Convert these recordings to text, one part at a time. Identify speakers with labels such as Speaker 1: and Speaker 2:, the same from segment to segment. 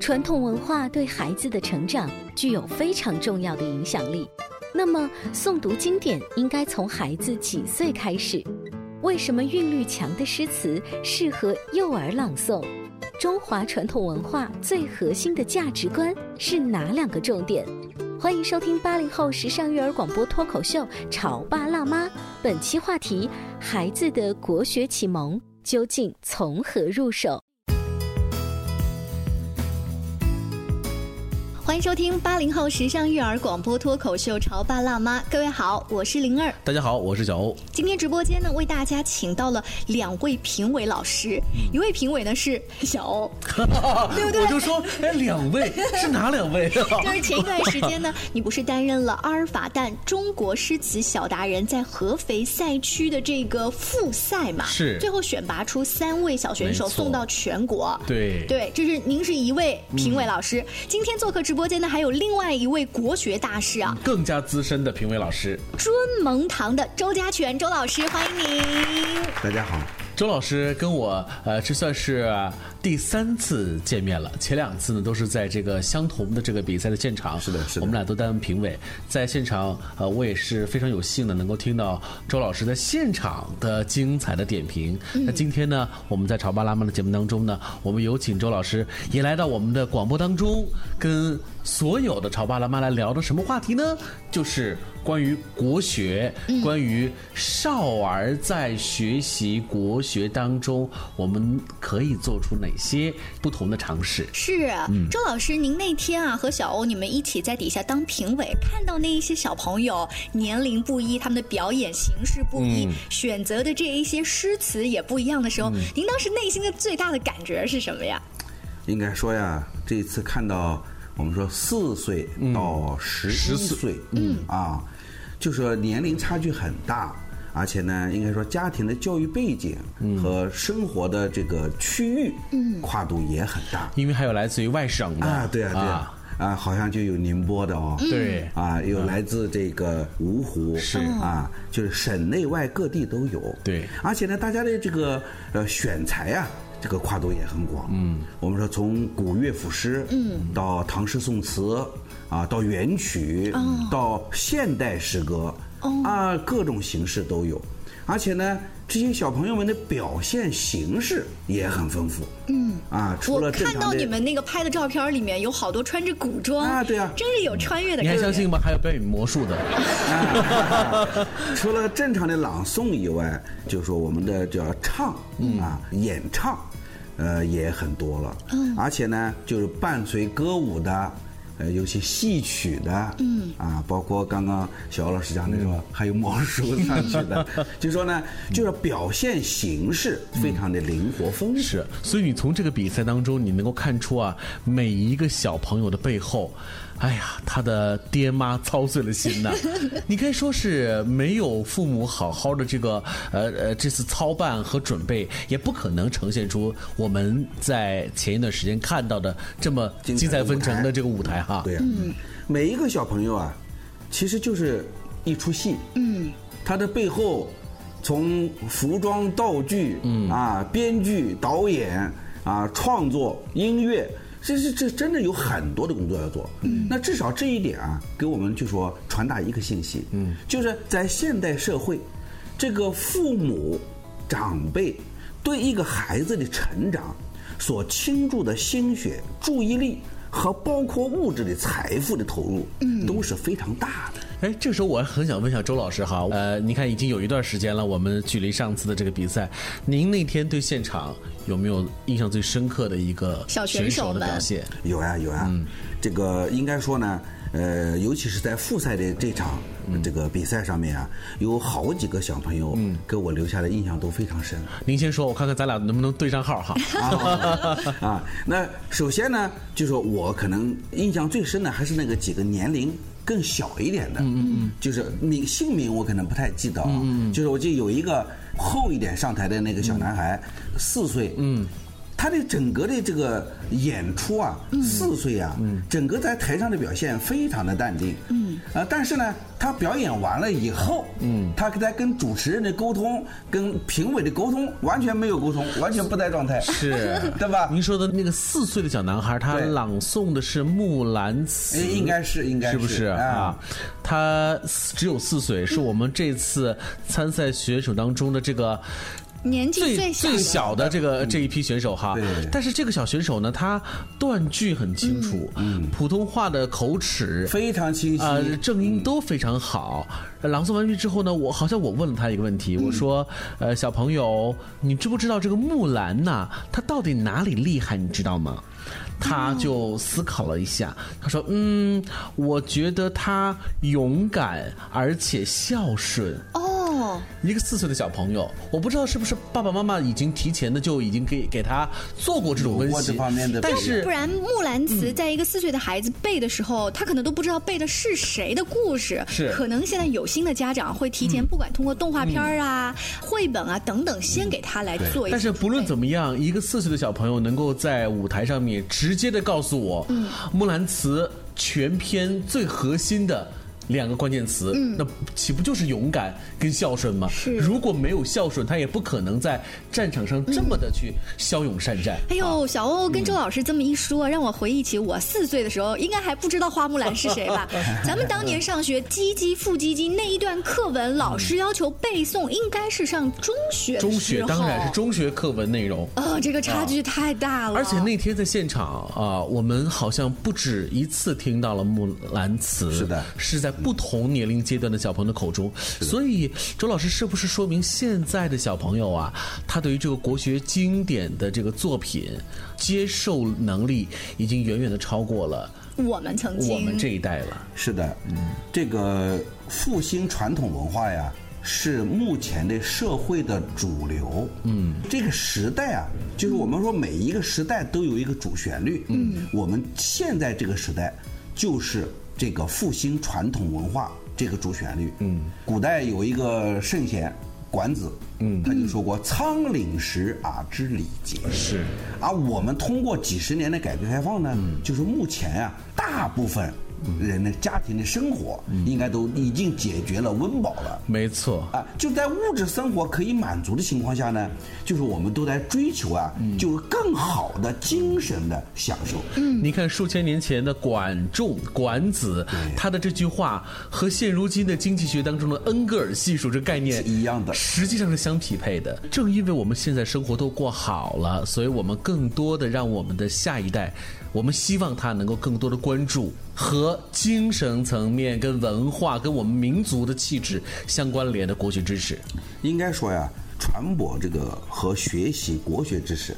Speaker 1: 传统文化对孩子的成长具有非常重要的影响力。那么，诵读经典应该从孩子几岁开始？为什么韵律强的诗词适合幼儿朗诵？中华传统文化最核心的价值观是哪两个重点？欢迎收听八零后时尚育儿广播脱口秀《潮爸辣妈》，本期话题：孩子的国学启蒙究竟从何入手？
Speaker 2: 欢迎收听八零后时尚育儿广播脱口秀《潮爸辣妈》，各位好，我是灵儿。
Speaker 3: 大家好，我是小欧。
Speaker 2: 今天直播间呢，为大家请到了两位评委老师，
Speaker 3: 嗯
Speaker 2: 一位评委呢是小 欧，对不对
Speaker 3: 我就说，哎，两位 是哪两 位啊？
Speaker 2: 就是前一段时间呢，你不是担任了阿尔法旦中国诗词小达人在合肥赛区的这个复赛嘛？
Speaker 3: 是
Speaker 2: 最后选拔出三位小选手
Speaker 3: 没错
Speaker 2: 送到全国。
Speaker 3: 对嗯
Speaker 2: 对，这是您是一位评委老师。今天做客直播间的还有另外一位国学大师啊，
Speaker 3: 更加资深的评委老师
Speaker 2: 尊蒙堂的周家全周老师，欢迎您。
Speaker 4: 大家好，
Speaker 3: 周老师跟我呃，这算是呃第三次见面了。前两次呢都是在这个相同的这个比赛的现场，
Speaker 4: 是的是的
Speaker 3: 我们俩都担任评委，在现场呃，我也是非常有幸的能够听到周老师在现场的精彩的点评。
Speaker 4: 嗯
Speaker 3: 那今天呢，我们在潮爸辣妈的节目当中呢，我们有请周老师也来到我们的广播当中，跟所有的潮爸辣妈来聊的什么话题呢？就是关于国学，
Speaker 4: 嗯
Speaker 3: 关于少儿在学习国学当中，我们可以做出哪些不同的尝试？
Speaker 2: 是，周老师，您那天啊和小欧你们一起在底下当评委，看到那一些小朋友年龄不一，他们的表演形式不一，
Speaker 4: 嗯
Speaker 2: 选择的这一些诗词也不一样的时候，您当时内心的最大的感觉是什么呀？
Speaker 4: 应该说呀，这一次看到我们说四岁到十一岁，嗯啊，就说年龄差距很大，而且呢，应该说家庭的教育背景和生活的这个区域，嗯，跨度也很大
Speaker 3: 因为还有来自于外省的
Speaker 4: 啊，对啊，对啊，啊，好像就有宁波的哦，
Speaker 3: 对嗯
Speaker 4: 啊，有来自这个芜湖，
Speaker 3: 是
Speaker 4: 啊，就是省内外各地都有。
Speaker 3: 对
Speaker 4: 而且呢，大家的这个呃选材啊，这个跨度也很广。嗯，我们说从古乐府诗，嗯，到唐诗宋词，啊，到元曲，
Speaker 2: 哦
Speaker 4: 到现代诗歌，啊，各种形式都有。而且呢，这些小朋友们的表现形式也很丰富。嗯，啊，除
Speaker 2: 我
Speaker 4: 了正
Speaker 2: 看
Speaker 4: 常
Speaker 2: 到
Speaker 4: 的
Speaker 2: 你们那个拍的照片里面有好多穿着古装
Speaker 4: 啊对啊
Speaker 2: 真是有穿越的
Speaker 3: 你
Speaker 2: 感
Speaker 3: 还
Speaker 2: 觉。
Speaker 3: 相信吗？还有表演魔术的，
Speaker 4: 除了正常的朗诵以外，就是说我们的叫唱、啊，演唱，呃，也很多了。嗯，而且呢，就是伴随歌舞的。呃，尤其戏曲的，嗯，啊，包括刚刚小欧老师讲的说，还有魔术上去 的，就说呢，就是表现形式非常的灵活丰富。
Speaker 3: 是，所以你从这个比赛当中，你能够看出啊，每一个小朋友的背后，哎呀，他的爹妈操碎了心呐、你可以说是没有父母好好的这个呃呃这次操办和准备，也不可能呈现出我们在前一段时间看到的这么
Speaker 4: 精彩
Speaker 3: 精彩
Speaker 4: 的舞
Speaker 3: 纷呈
Speaker 4: 台
Speaker 3: 的这个舞台哈。
Speaker 4: 对呀、每一个小朋友啊，其实就是一出戏。嗯，他的背后，从服装、道具，嗯啊，编剧、导演啊，创作、音乐，这是这真的有很多的工作要做。嗯，那至少这一点啊，给我们就说传达一个信息，嗯，就是在现代社会，这个父母长辈对一个孩子的成长所倾注的心血、注意力和包括物质的财富的投入，嗯，都是非常大的。
Speaker 3: 哎，这时候我很想问一下周老师哈，呃，你看已经有一段时间了，我们距离上次的这个比赛，您那天对现场有没有印象最深刻的一个
Speaker 2: 小选
Speaker 3: 选
Speaker 2: 手
Speaker 3: 手的
Speaker 2: 们
Speaker 3: 表现？
Speaker 4: 有呀有呀，这个应该说呢，呃，尤其是在复赛的这场、这个比赛上面啊，有好几个小朋友给我留下的印象都非常深。
Speaker 3: 您先说，我看看咱俩能不能对 上号哈。
Speaker 4: 啊 啊，那首先呢，就是我可能印象最深的还是那个几个年龄更小一点的，嗯嗯嗯，就是名姓名我可能不太记得啊，就是我记得有一个厚一点上台的那个小男孩，四、岁，嗯。他的整个的这个演出啊，四岁啊，整个在台上的表现非常的淡定，嗯，啊，但是呢，他表演完了以后，嗯，他在跟主持人的沟通、跟评委的沟通完全没有沟通，完全不在状态，
Speaker 3: 是
Speaker 4: 对吧
Speaker 3: 您说的那个四岁的小男孩，他
Speaker 4: 对
Speaker 3: 朗诵的是《木兰辞》，
Speaker 4: 哎应该是应该
Speaker 3: 是不
Speaker 4: 是
Speaker 3: 是啊
Speaker 4: 啊？
Speaker 3: 他只有四岁，是我们这次参赛选手当中的这个。
Speaker 2: 年纪
Speaker 3: 最
Speaker 2: 小的
Speaker 3: 小的这个这一批选手哈
Speaker 4: 对对对，
Speaker 3: 但是这个小选手呢，他断句很清楚，普通话的口齿
Speaker 4: 非常清晰。
Speaker 3: 呃，正音都非常好。呃朗诵完毕之后呢，我好像我问了他一个问题，
Speaker 4: 嗯
Speaker 3: 我说：“呃，小朋友，你知不知道这个木兰呐、它到底哪里厉害？你知道吗？”
Speaker 4: 嗯
Speaker 3: 他就思考了一下，他说：“嗯，我觉得他勇敢而且孝顺。”
Speaker 2: 哦，
Speaker 3: 一个四岁的小朋友，我不知道是不是爸爸妈妈已经提前的就已经给给他做过这种温
Speaker 4: 有过
Speaker 3: 习
Speaker 4: 这方面的，
Speaker 3: 但
Speaker 4: 培
Speaker 3: 是
Speaker 2: 不然《木兰辞》
Speaker 3: 嗯
Speaker 2: 在一个四岁的孩子背的时候，他可能都不知道背的是谁的故事。
Speaker 3: 是
Speaker 2: 可能现在有心的家长会提前，不管通过动画片儿啊、绘本啊等等，先给他来做一些准备。
Speaker 3: 嗯但是不论怎么样，一个四岁的小朋友能够在舞台上面直接的告诉我，
Speaker 2: 嗯
Speaker 3: 木兰辞》全篇最核心的。两个关键词，那岂不就是勇敢跟孝顺吗？
Speaker 2: 嗯是
Speaker 3: 如果没有孝顺，他也不可能在战场上这么的去骁勇善战。
Speaker 2: 哎呦，小欧跟周老师这么一说，让我回忆起我四岁的时候，应该还不知道花木兰是谁 吧？咱们当年上学唧唧复唧唧那一段课文，老师要求背诵，应该是上中学哎的
Speaker 3: 中学
Speaker 2: 时
Speaker 3: 当然是
Speaker 2: 候。
Speaker 3: 中学课文内容，
Speaker 2: 呃，这个差距太大了。
Speaker 3: 而且那天在现场啊，我们好像不止一次听到了《木兰辞》，
Speaker 4: 是的
Speaker 3: 是在不同年龄阶段的小朋友的口中。所以，周老师是不是说明现在的小朋友啊，他对于这个国学经典的这个作品接受能力已经远远的超过了
Speaker 2: 我们曾经
Speaker 3: 我们这一代了？
Speaker 4: 是的，嗯这个复兴传统文化呀，是目前的社会的主流。嗯，这个时代啊，就是我们说每一个时代都有一个主旋律。嗯，我们现在这个时代就是这个复兴传统文化这个主旋律。嗯，古代有一个圣贤管子，嗯，他就说过“仓廪实而啊知礼节”。
Speaker 3: 是
Speaker 4: 而我们通过几十年的改革开放呢，就是目前啊，大部分人的家庭的生活应该都已经解决了温饱了。
Speaker 3: 没错，
Speaker 4: 啊，就在物质生活可以满足的情况下呢，就是我们都在追求啊，就是更好的精神的享受。
Speaker 3: 你看数千年前的管仲、管子，他的这句话和现如今的经济学当中的恩格尔系数这概念
Speaker 4: 是一样的
Speaker 3: 实际上是相匹配的。正因为我们现在生活都过好了，所以我们更多的让我们的下一代，我们希望他能够更多的关注和精神层面、跟文化、跟我们民族的气质相关联的国学知识。
Speaker 4: 应该说呀，传播这个和学习国学知识，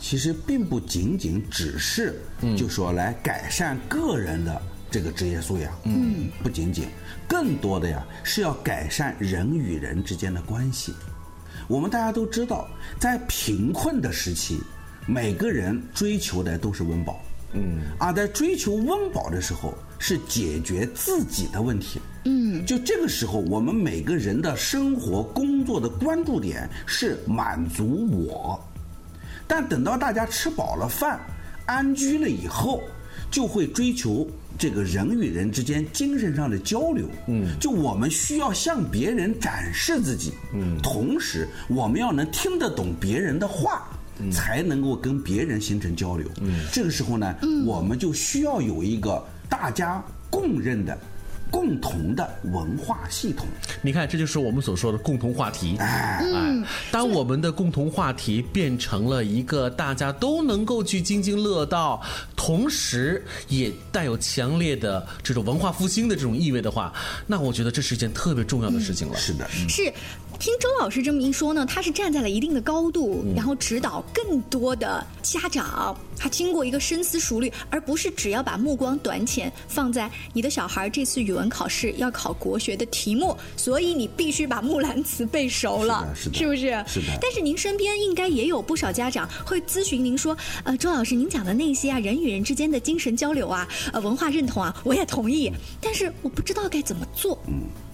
Speaker 4: 其实并不仅仅只是就说来改善个人的这个职业素养，嗯，不仅仅，更多的呀是要改善人与人之间的关系。我们大家都知道，在贫困的时期，每个人追求的都是温饱。嗯，而在追求温饱的时候，是解决自己的问题。嗯，就这个时候，我们每个人的生活、工作的关注点是满足我。但等到大家吃饱了饭、安居了以后，就会追求这个人与人之间精神上的交流。嗯，就我们需要向别人展示自己。嗯，同时我们要能听得懂别人的话。嗯才能够跟别人形成交流。这个时候呢，我们就需要有一个大家共认的、共同的文化系统。
Speaker 3: 你看，这就是我们所说的共同话题。
Speaker 4: 哎，
Speaker 3: 哎，当我们的共同话题变成了一个大家都能够去津津乐道，同时也带有强烈的这种文化复兴的这种意味的话，那我觉得这是一件特别重要的事情了。
Speaker 4: 是的，
Speaker 2: 是，听周老师这么一说呢，他是站在了一定的高度，
Speaker 4: 嗯
Speaker 2: 然后指导更多的家长，他经过一个深思熟虑，而不是只要把目光短浅放在你的小孩这次语文考试要考国学的题目，所以你必须把《木兰辞》背熟了，
Speaker 4: 是的是的
Speaker 2: 不是？
Speaker 4: 是的
Speaker 2: 但是您身边应该也有不少家长会咨询您说，呃，周老师，您讲的那些啊，人与人之间的精神交流啊，呃，文化认同啊，我也同
Speaker 4: 嗯
Speaker 2: 意，但是我不知道该怎么做。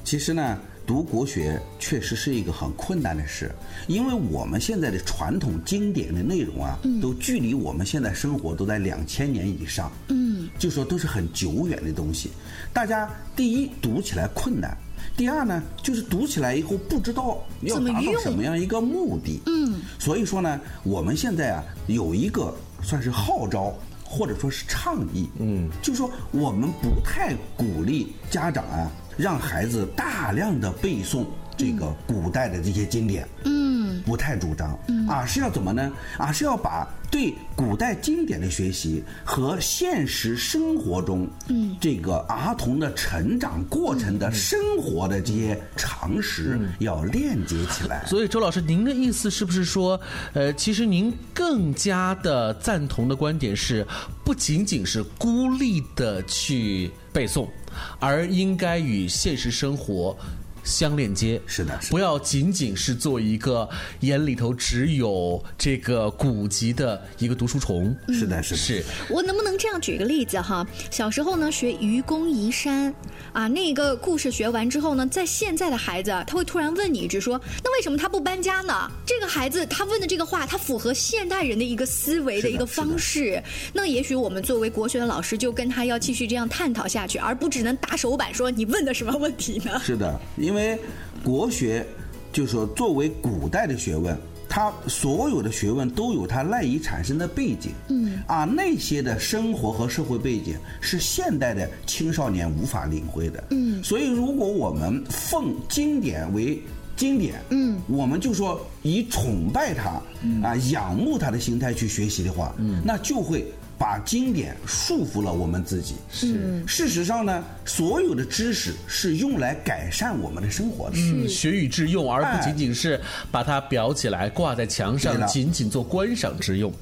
Speaker 4: 其实呢，读国学确实是一个很困难的事，因为我们现在的传统经典的内容啊，
Speaker 2: 嗯
Speaker 4: 都距离我们现在生活都在两千年以上，嗯，就说都是很久远的东西。大家第一读起来困难，第二呢，就是读起来以后不知道要
Speaker 2: 怎么
Speaker 4: 达到
Speaker 2: 用
Speaker 4: 什么样一个目的，嗯，所以说呢，我们现在啊有一个算是号召。或者说是倡议，嗯，就说我们不太鼓励家长啊，让孩子大量的背诵这个古代的这些经典，嗯，不太主张，而是要怎么呢？而是要把对古代经典的学习和现实生活中，嗯，这个儿童的成长过程
Speaker 3: 嗯
Speaker 4: 的生活的这些常识要链接起来。
Speaker 3: 所以，周老师，您的意思是不是说，呃，其实您更加的赞同的观点是，不仅仅是孤立的去背诵，而应该与现实生活。相链接
Speaker 4: 是的是的
Speaker 3: 不要仅仅是做一个眼里头只有这个古籍的一个读书虫，
Speaker 4: 是的，嗯是的，
Speaker 3: 是
Speaker 2: 我能不能这样举个例子哈？小时候呢学愚公移山啊，那个故事学完之后呢，在现在的孩子啊，他会突然问你一句说：“那为什么他不搬家呢？”这个孩子他问的这个话，他符合现代人的一个思维的一个方式。那也许我们作为国学的老师，就跟他要继续这样探讨下去，而不只能打手板说你问的什么问题呢？
Speaker 4: 是的，因为国学就是说作为古代的学问，它所有的学问都有它赖以产生的背景，嗯，啊，那些的生活和社会背景是现代的青少年无法领会的，嗯，所以如果我们奉经典为经典，嗯，我们就说以崇拜它、啊仰慕它的心态去学习的话，嗯，那就会把经典束缚了我们自己。是，事实上呢，所有的知识是用来改善我们的生活的。
Speaker 3: 嗯学以致用，而
Speaker 4: 哎
Speaker 3: 不仅仅是把它裱起来挂在墙
Speaker 4: 对
Speaker 3: 上，
Speaker 4: 了
Speaker 3: 仅仅做观赏之用。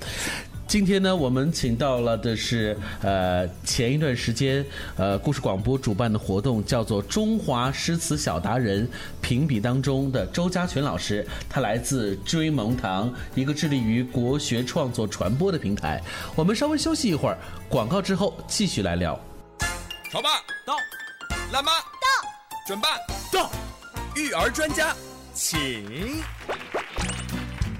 Speaker 3: 今天呢，我们请到了的是呃前一段时间呃故事广播主办的活动，叫做《中华诗词小达人评比》当中的周家全老师，他来自追梦堂，一个致力于国学创作传播的平台。我们稍微休息一会儿，广告之后继续来聊。
Speaker 5: 潮爸到，辣妈到，准爸到，育儿专家，请。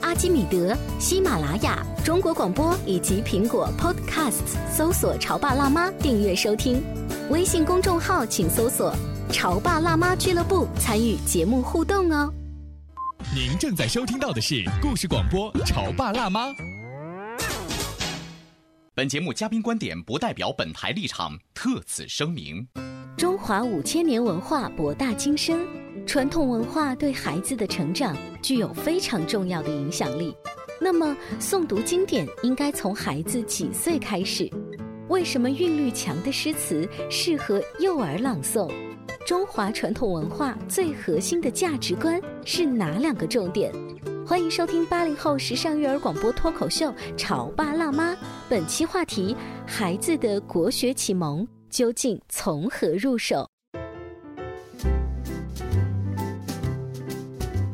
Speaker 1: 阿基米德、喜马拉雅、中国广播以及苹果 Podcasts，搜索“潮爸辣妈”订阅收听。微信公众号请搜索“潮爸辣妈俱乐部”，参与节目互动哦。
Speaker 6: 您正在收听到的是故事广播《潮爸辣妈》。
Speaker 7: 本节目嘉宾观点不代表本台立场，特此声明。
Speaker 1: 中华五千年文化博大精深，传统文化对孩子的成长具有非常重要的影响力。那么，诵读经典应该从孩子几岁开始？为什么韵律强的诗词适合幼儿朗诵？中华传统文化最核心的价值观是哪两个重点？欢迎收听八零后时尚育儿广播脱口秀《潮爸辣妈》，本期话题：孩子的国学启蒙究竟从何入手？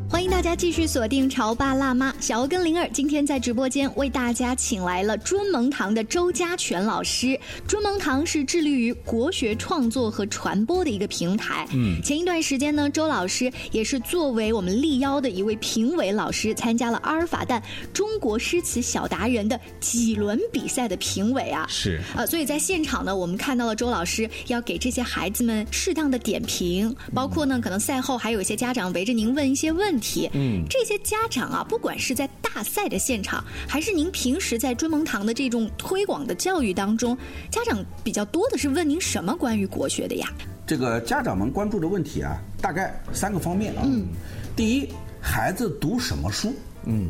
Speaker 2: 欢迎大家继续锁定《潮爸辣妈》，小欧跟灵儿今天在直播间为大家请来了专门堂的周家全老师。专门堂是致力于国学创作和传播的一个平台。
Speaker 8: 嗯
Speaker 2: 前一段时间呢，周老师也是作为我们力邀的一位评委老师，参加了阿尔法蛋中国诗词小达人的几轮比赛的评委啊。
Speaker 3: 是
Speaker 2: 呃，所以在现场呢，我们看到了周老师要给这些孩子们适当的点评，包括呢，可能赛后还有一些家长围着您问一些问题。
Speaker 3: 嗯
Speaker 2: 这些家长啊，不管是在大赛的现场，还是您平时在追梦堂的这种推广的教育当中，家长比较多的是问您什么关于国学的呀？
Speaker 4: 这个家长们关注的问题啊，大概三个方面啊。嗯，第一，孩子读什么书？嗯，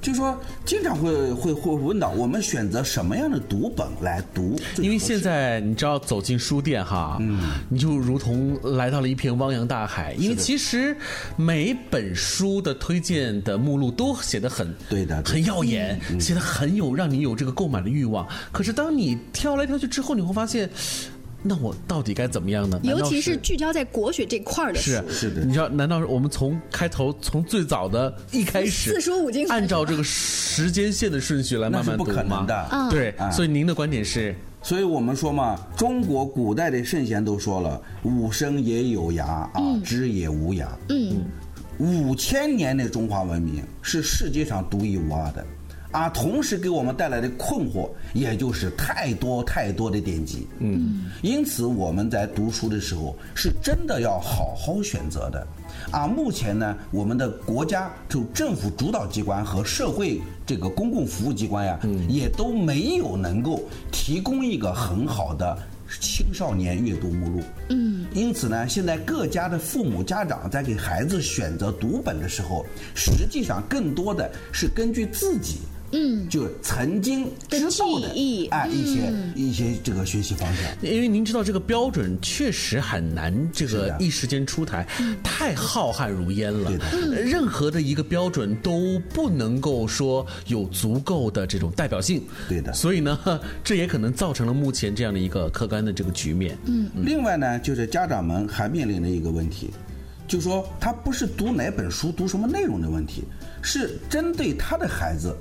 Speaker 4: 就说经常会会会问到我们选择什么样的读本来读最
Speaker 3: 因为现在你知道走进书店哈，
Speaker 4: 嗯
Speaker 3: 你就如同来到了一片汪洋大海。因为其实每本书的推荐的目录都写得很
Speaker 4: 对的，嗯
Speaker 3: 很耀眼，写得很有让你有这个购买的欲望。可是当你挑来挑去之后，你会发现，那我到底该怎么样呢？难
Speaker 2: 尤
Speaker 3: 道
Speaker 2: 其是聚焦在国学这块儿的书
Speaker 3: 是的，你知道？难道是我们从开头从最早的一开始
Speaker 2: 45经
Speaker 3: 按照这个时间线的顺序来慢慢读
Speaker 4: 那是不可
Speaker 3: 吗
Speaker 4: 能的？嗯
Speaker 3: 对，
Speaker 4: 啊
Speaker 3: 所以您的观点是，
Speaker 4: 所以我们说嘛，中国古代的圣贤都说了，吾生也有涯啊，知也无涯。
Speaker 2: 嗯，
Speaker 4: 五千年的中华文明是世界上独一无二的，啊，同时给我们带来的困惑，也就是太多太多的典籍。嗯，因此我们在读书的时候，是真的要好好选择的。啊，目前呢，我们的国家就政府主导机关和社会这个公共服务机关呀，也都没有能够提供一个很好的青少年阅读目录。
Speaker 2: 嗯，
Speaker 4: 因此呢，现在各家的父母家长在给孩子选择读本的时候，实际上更多的是根据自己。
Speaker 2: 嗯，
Speaker 4: 就曾经
Speaker 2: 的
Speaker 4: 知道
Speaker 2: 记忆
Speaker 4: 的哎，一些
Speaker 2: 嗯
Speaker 4: 一些这个学习方向。
Speaker 3: 因为您知道这个标准确实很难，这
Speaker 4: 是
Speaker 3: 个
Speaker 4: 的
Speaker 3: 一时间出台，
Speaker 2: 嗯
Speaker 3: 太浩瀚如烟了。任何的一个标准都不能够说有足够的这种代表性。
Speaker 4: 对的，
Speaker 3: 所以呢， 这也可能造成了目前这样的一个客观的这个局面。
Speaker 2: 嗯，
Speaker 4: 另外呢，就是家长们还面临的一个问题，就说他不是读哪本书、读什么内容的问题，是针对他的孩子，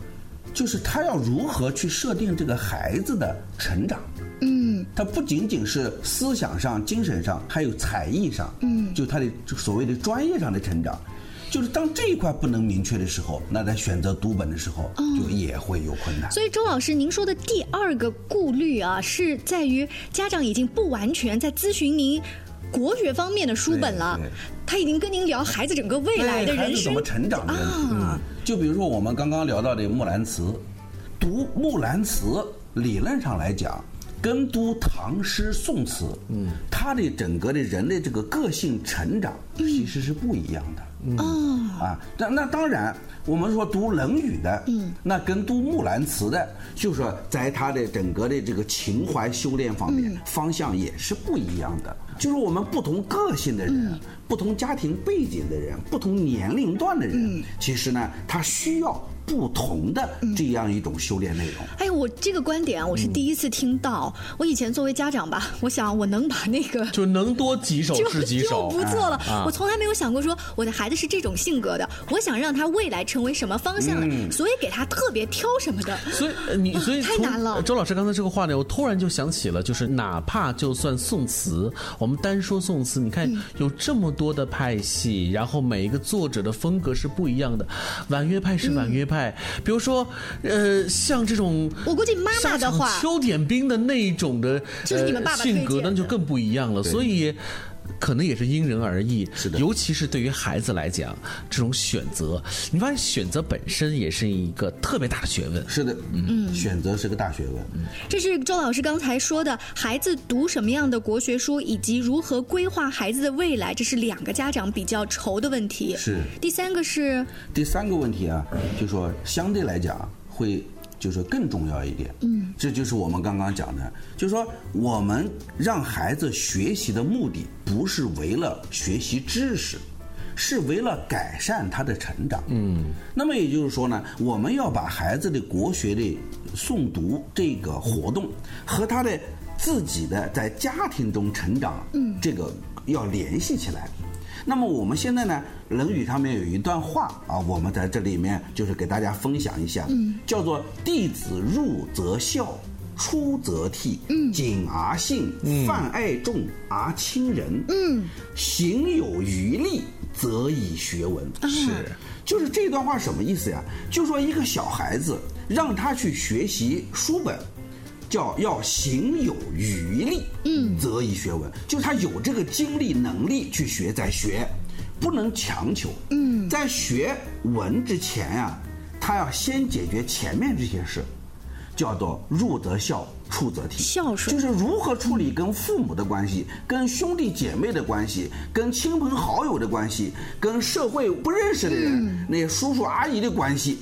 Speaker 4: 就是他要如何去设定这个孩子的成长。
Speaker 2: 嗯，
Speaker 4: 它不仅仅是思想上、精神上，还有才艺上，
Speaker 2: 嗯
Speaker 4: 就他的就所谓的专业上的成长。就是当这一块不能明确的时候，那在选择读本的时
Speaker 2: 哦
Speaker 4: 候，就也会有困难。
Speaker 2: 所以周老师，您说的第二个顾虑啊，是在于家长已经不完全在咨询您国学方面的书本了
Speaker 4: 对对，
Speaker 2: 他已经跟您聊孩子整个未来的
Speaker 4: 对孩
Speaker 2: 人
Speaker 4: 子怎
Speaker 2: 生
Speaker 4: 么。成长的问题
Speaker 2: 啊
Speaker 4: 嗯就比如说我们刚刚聊到的《木兰辞》，读《木兰辞》理论上来讲，跟读唐诗宋词，嗯，它的整个的人的这个个性成长
Speaker 2: 嗯
Speaker 4: 其实是不一样的。
Speaker 2: 哦，
Speaker 4: 啊，那那当然，我们说读《论语》的，
Speaker 2: 嗯，
Speaker 4: 那跟读《木兰辞》的，就是说在他的整个的这个情怀修炼方面、方向也是不一样的。就是我们不同个性的人、不同家庭背景的人、不同年龄段的人，其实呢，他需要不同的这样一种修炼内容。
Speaker 2: 哎，我这个观点啊，我
Speaker 4: 嗯
Speaker 2: 是第一次听到。我以前作为家长吧，我想我能把那个
Speaker 3: 就能多几首
Speaker 2: 就是
Speaker 3: 几首，
Speaker 2: 就不错了。
Speaker 3: 啊
Speaker 2: 我从来没有想过说我的孩子是这种性格的，我想让他未来成为什么方向的，
Speaker 3: 嗯
Speaker 2: 所以给他特别挑什么的。
Speaker 3: 所以呃你
Speaker 2: 啊
Speaker 3: 所以
Speaker 2: 太
Speaker 3: 从
Speaker 2: 难了
Speaker 3: 呃周老师刚才这个话呢，我突然就想起了，就是哪怕就算宋词，我们单说宋词，
Speaker 2: 嗯
Speaker 3: 你看有这么多的派系，然后每一个作者的风格是不一样的。婉约派
Speaker 2: 嗯
Speaker 3: 是婉约派，比如说呃，像这种
Speaker 2: 我估计妈妈的话
Speaker 3: 沙场邱点兵的那一种的，
Speaker 2: 就是你们
Speaker 3: 呃
Speaker 2: 爸爸推
Speaker 3: 性格
Speaker 2: 荐
Speaker 3: 那就更不一样了，
Speaker 2: 对
Speaker 3: 所以。可能也是因人而异，是的。尤其是对于孩子来讲，这种选择，你发现选择本身也是一个特别大的学问。
Speaker 4: 是的，嗯，选择是个大学问。
Speaker 2: 这是周老师刚才说的，孩子读什么样的国学书，以及如何规划孩子的未来，这是两个家长比较愁的问题。
Speaker 4: 是
Speaker 2: 第三个是，
Speaker 4: 第三个问题啊，就说相对来讲会就是更重要一点。
Speaker 2: 嗯，
Speaker 4: 这就是我们刚刚讲的，就是说我们让孩子学习的目的不是为了学习知识，是为了改善他的成长。嗯，那么也就是说呢，我们要把孩子的国学的诵读这个活动和他的自己的在家庭中成长，嗯，这个要联系起来。那么我们现在呢，《论语》上面有一段话啊，我们在这里面就是给大家分享一下，
Speaker 8: 嗯
Speaker 4: 叫做“弟子入则孝，出则悌，谨而信，泛爱众而亲仁，
Speaker 2: 嗯，
Speaker 4: 行有余力，则以学文。”
Speaker 3: 是，
Speaker 4: 就是这段话什么意思呀？就说一个小孩子让他去学习书本，叫要行有余力，嗯，则以学文，就是他有这个精力能力去学再学，不能强求，嗯，在学文之前呀、他要先解决前面这些事，叫做入则孝，出则悌，孝顺就是如何处理跟父母的关系、跟兄弟姐妹的关系、跟亲朋好友的关系、跟社会不认识的人、那些叔叔阿姨的关系，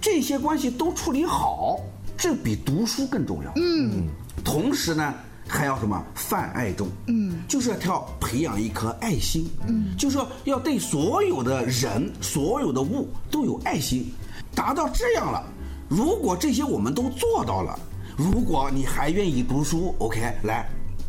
Speaker 4: 这些关系都处理好，这比读书更重要。嗯，同时呢，还要什么泛爱众，嗯，就是要培养一颗爱心，嗯，就是说要对所有的人、所有的物都有爱心，达到这样了。如果这些我们都做到了，如果你还愿意读书，OK，来，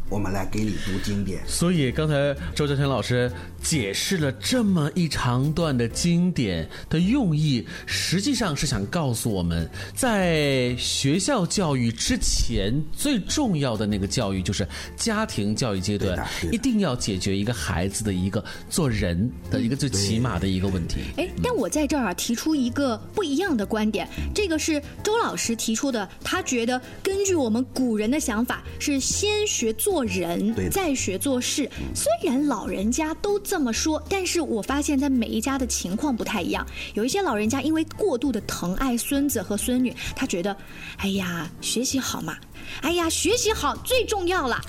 Speaker 4: 我们来给你读经典。
Speaker 3: 所以刚才周教强老师解释了这么一长段的经典的用意，实际上是想告诉我们，在学校教育之前，最重要的那个教育就是家庭教育阶段，一定要解决一个孩子的一个做人的一个最起码的一个问题。
Speaker 2: 哎，但我在这儿啊提出一个不一样的观点，这个是周老师提出的，他觉得根据我们古人的想法是先学做人，再学做事。虽然老人家都这么说，但是我发现在每一家的情况不太一样，有一些老人家因为过度的疼爱孙子和孙女，他觉得，哎呀，学习好嘛。哎呀，学习好最重要了。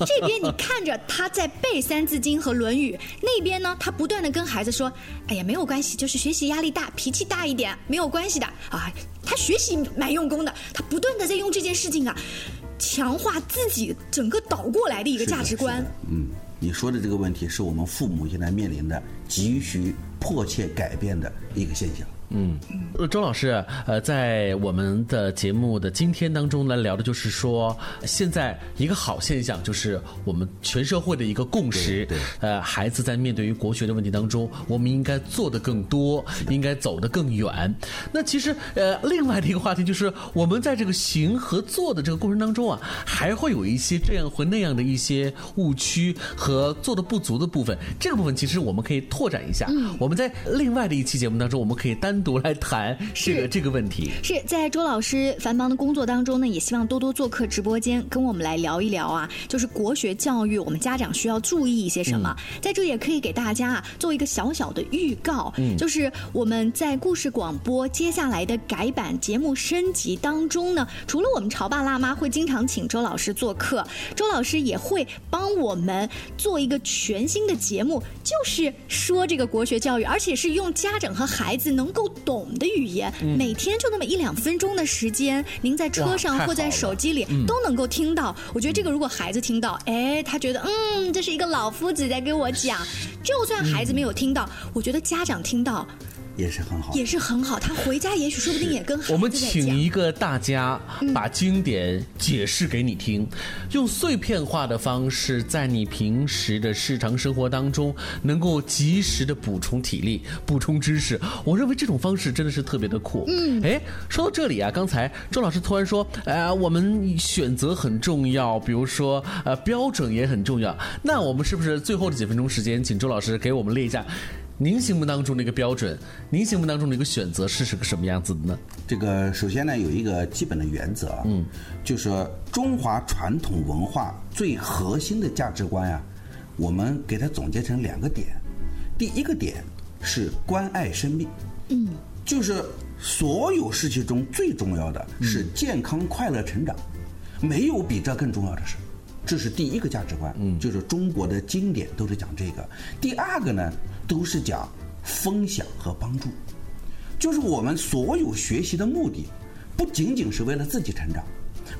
Speaker 2: 这边你看着他在背《三字经》和《论语》，那边呢，他不断的跟孩子说：“哎呀，没有关系，就是学习压力大，脾气大一点，没有关系的啊。”他学习蛮用功的，他不断的在用这件事情啊，强化自己整个倒过来的一个价值观。
Speaker 4: 嗯，你说的这个问题是我们父母现在面临的急需迫切改变的一个现象。
Speaker 3: 嗯，呃周老师，呃，在我们的节目的今天当中来聊的就是说，现在一个好现象就是我们全社会的一个共识，呃，孩子在面对于国学的问题当中，我们应该做的更多，应该走得更远。那其实，呃，另外的一个话题就是，我们在这个行和做的这个过程当中啊，还会有一些这样或那样的一些误区和做的不足的部分。这个部分其实我们可以拓展一下，
Speaker 2: 嗯
Speaker 3: 我们在另外的一期节目当中，我们可以单独来谈这个
Speaker 2: 是
Speaker 3: 这个问题。
Speaker 2: 是在周老师繁忙的工作当中呢，也希望多多做客直播间，跟我们来聊一聊啊，就是国学教育，我们家长需要注意一些什么。在这也可以给大家啊做一个小小的预告，
Speaker 9: 嗯
Speaker 2: 就是我们在故事广播接下来的改版节目升级当中呢，除了我们潮爸辣妈会经常请周老师做客，周老师也会帮我们做一个全新的节目，就是说这个国学教育，而且是用家长和孩子能够懂的语言，
Speaker 9: 嗯
Speaker 2: 每天就那么一两分钟的时间，您在车上
Speaker 9: 哇太
Speaker 2: 或
Speaker 9: 好
Speaker 2: 在
Speaker 9: 了
Speaker 2: 手机里
Speaker 9: 嗯
Speaker 2: 都能够听到。我觉得这个如果孩子听到，哎，他觉得嗯，这是一个老夫子在跟我讲，就算孩子没有听到，我觉得家长听到。
Speaker 4: 也是很好
Speaker 2: 也是很好，他回家也许说不定也跟孩子
Speaker 3: 我们
Speaker 2: 在
Speaker 3: 请
Speaker 2: 讲嗯
Speaker 3: 一个大家把经典解释给你听，用碎片化的方式，在你平时的日常生活当中，能够及时的补充体力、补充知识。我认为这种方式真的是特别的酷。
Speaker 10: 嗯
Speaker 3: 哎，说到这里啊，刚才周老师突然说，呃，我们选择很重要，比如说呃标准也很重要。那我们是不是最后的几分钟时间，请周老师给我们列一下？您心目当中的一个标准，您心目当中的一个选择是是个什么样子的呢？
Speaker 4: 这个首先呢，有一个基本的原则啊，嗯，就是中华传统文化最核心的价值观呀、我们给它总结成两个点，第一个点是关爱生命，
Speaker 2: 嗯，
Speaker 4: 就是所有事情中最重要的是健康、快乐、成长，没有比这更重要的事。这是第一个价值观，嗯，就是中国的经典都是讲这个。第二个呢，都是讲分享和帮助，就是我们所有学习的目的，不仅仅是为了自己成长，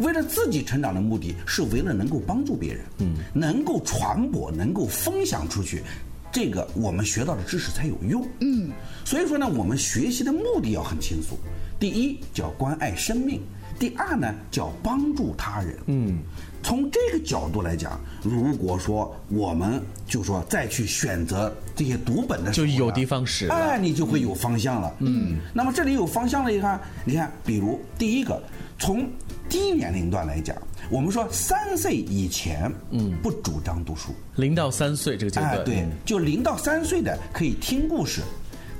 Speaker 4: 为了自己成长的目的是为了能够帮助别人，嗯，能够传播，能够分享出去，这个我们学到的知识才有用，
Speaker 2: 嗯，
Speaker 4: 所以说呢，我们学习的目的要很清楚，第一叫关爱生命，第二呢叫帮助他人，嗯，从这个角度来讲，如果说我们就说再去选择这些读本的时候呢，
Speaker 3: 就有的放矢了
Speaker 4: 哎，你就会有方向了。嗯，那么这里有方向了以后，你看，比如第一个，从低年龄段来讲，我们说三岁以前，嗯，不主张读书。
Speaker 3: 零到三岁这个阶
Speaker 4: 哎
Speaker 3: 段，，
Speaker 4: 对，就零到三岁的可以听故事，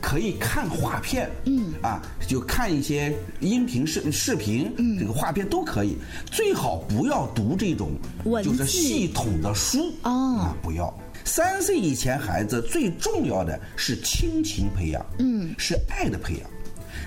Speaker 4: 可以看画片，嗯，啊，就看一些音频视视频，嗯，这个画片都可以。最好不要读这种
Speaker 2: 文
Speaker 4: 就是
Speaker 2: 字
Speaker 4: 系统的书
Speaker 2: 哦
Speaker 4: 啊，不要。三岁以前孩子最重要的是亲情培养，嗯，是爱的培养。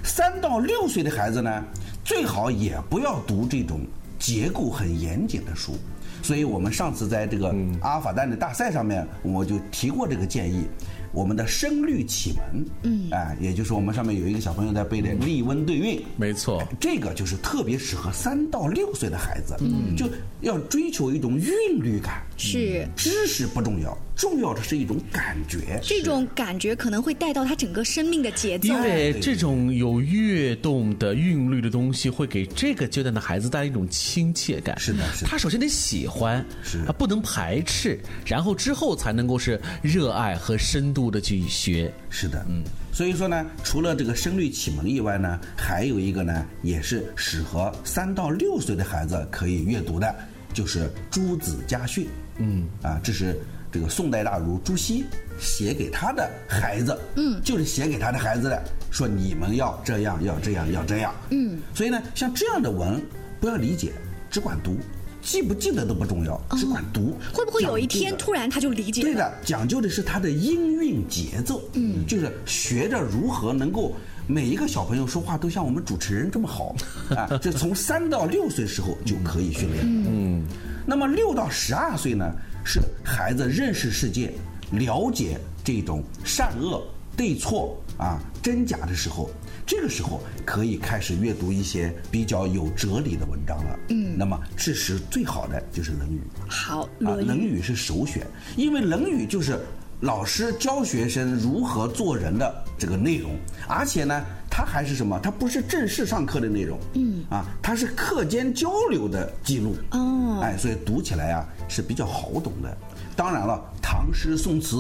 Speaker 4: 三到六岁的孩子呢，最好也不要读这种结构很严谨的书。所以我们上次在这个阿尔法蛋的大赛上面，我就提过这个建议。我们的声律启蒙，嗯，哎，也就是我们上面有一个小朋友在背的《立温对韵》，
Speaker 3: 没错，
Speaker 4: 这个就是特别适合三到六岁的孩子，就要追求一种韵律感。
Speaker 2: 嗯是
Speaker 4: 知识不重要，重要的是一种感觉。
Speaker 2: 这种感觉可能会带到他整个生命的节奏。
Speaker 3: 因为这种有跃动的韵律的东西，会给这个阶段的孩子带来一种亲切感。
Speaker 4: 是的是的
Speaker 3: 他首先得喜欢，
Speaker 4: 是
Speaker 3: 他不能排斥，然后之后才能够是热爱和深度的去学。
Speaker 4: 是的，嗯，所以说呢，除了这个声律启蒙以外呢，还有一个呢，也是适合三到六岁的孩子可以阅读的，就是《朱子家训》。嗯，啊，这是这个宋代大儒朱熹写给他的孩子，嗯，就是写给他的孩子的，说你们要这样，要这样，要这样。嗯，所以呢，像这样的文，不要理解，只管读。记不记得都不重要，只管读。
Speaker 2: 哦会不会有一
Speaker 4: 讲
Speaker 2: 天
Speaker 4: 究的
Speaker 2: 突然他就理解
Speaker 4: 对
Speaker 2: 了？
Speaker 4: 的，讲究的是它的音韵节奏，嗯，就是学着如何能够每一个小朋友说话都像我们主持人这么 好啊，这从三到六岁时候就可以训练，嗯，那么六到十二岁呢，是孩子认识世界、了解这种善恶对错啊真假的时候。这个时候可以开始阅读一些比较有哲理的文章了。嗯，那么这时最好的就是《论语》。
Speaker 2: 好，
Speaker 4: 啊，《
Speaker 2: 论
Speaker 4: 论
Speaker 2: 语
Speaker 4: 语》是首选，因为《论语》就是老师教学生如何做人的这个内容，而且呢，它还是什么？它不是正式上课的内容，嗯，啊，它是课间交流的记录，
Speaker 2: 哦
Speaker 4: 哎，所以读起来啊是比较好懂的。当然了，唐诗宋词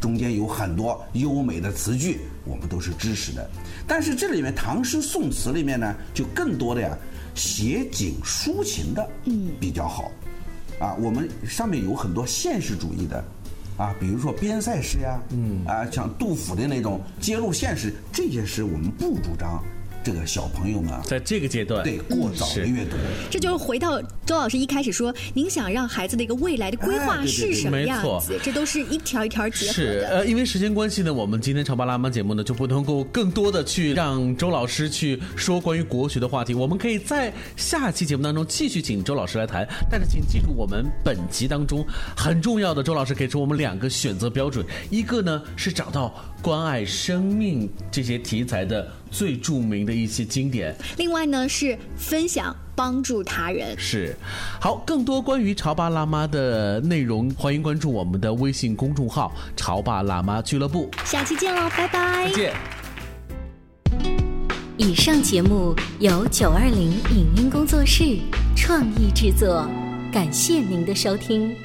Speaker 4: 中间有很多优美的词句，我们都是知识的。但是这里面唐诗宋词里面呢，就更多的呀写景抒情的，嗯，比较好。啊，我们上面有很多现实主义的，啊，比如说边塞诗呀、嗯，啊，像杜甫的那种揭露现实，这些诗我们不主张这个小朋友们啊
Speaker 3: 在这个阶段，
Speaker 4: 对过早的
Speaker 3: 是
Speaker 4: 阅读。
Speaker 2: 这就是回到周老师一开始说，您想让孩子的一个未来的规
Speaker 4: 哎
Speaker 2: 划
Speaker 4: 对对
Speaker 2: 是
Speaker 4: 对
Speaker 2: 什么
Speaker 3: 没
Speaker 2: 样
Speaker 3: 错
Speaker 2: 子？这都是一条一条结合
Speaker 3: 是
Speaker 2: 的。
Speaker 3: 呃，因为时间关系呢，我们今天潮爸辣妈节目呢就不能够更多的去让周老师去说关于国学的话题，我们可以在下期节目当中继续请周老师来谈。但是请记住，我们本集当中很重要的，周老师给出我们两个选择标准，一个呢是找到关爱生命这些题材的最著名的一些经典，
Speaker 2: 另外呢是分享帮助他人。
Speaker 3: 是，好，更多关于潮爸辣妈的内容，欢迎关注我们的微信公众号“潮爸辣妈俱乐部
Speaker 2: 下期见喽，拜拜”，。
Speaker 3: 见。
Speaker 1: 以上节目由九二零影音工作室创意制作，感谢您的收听。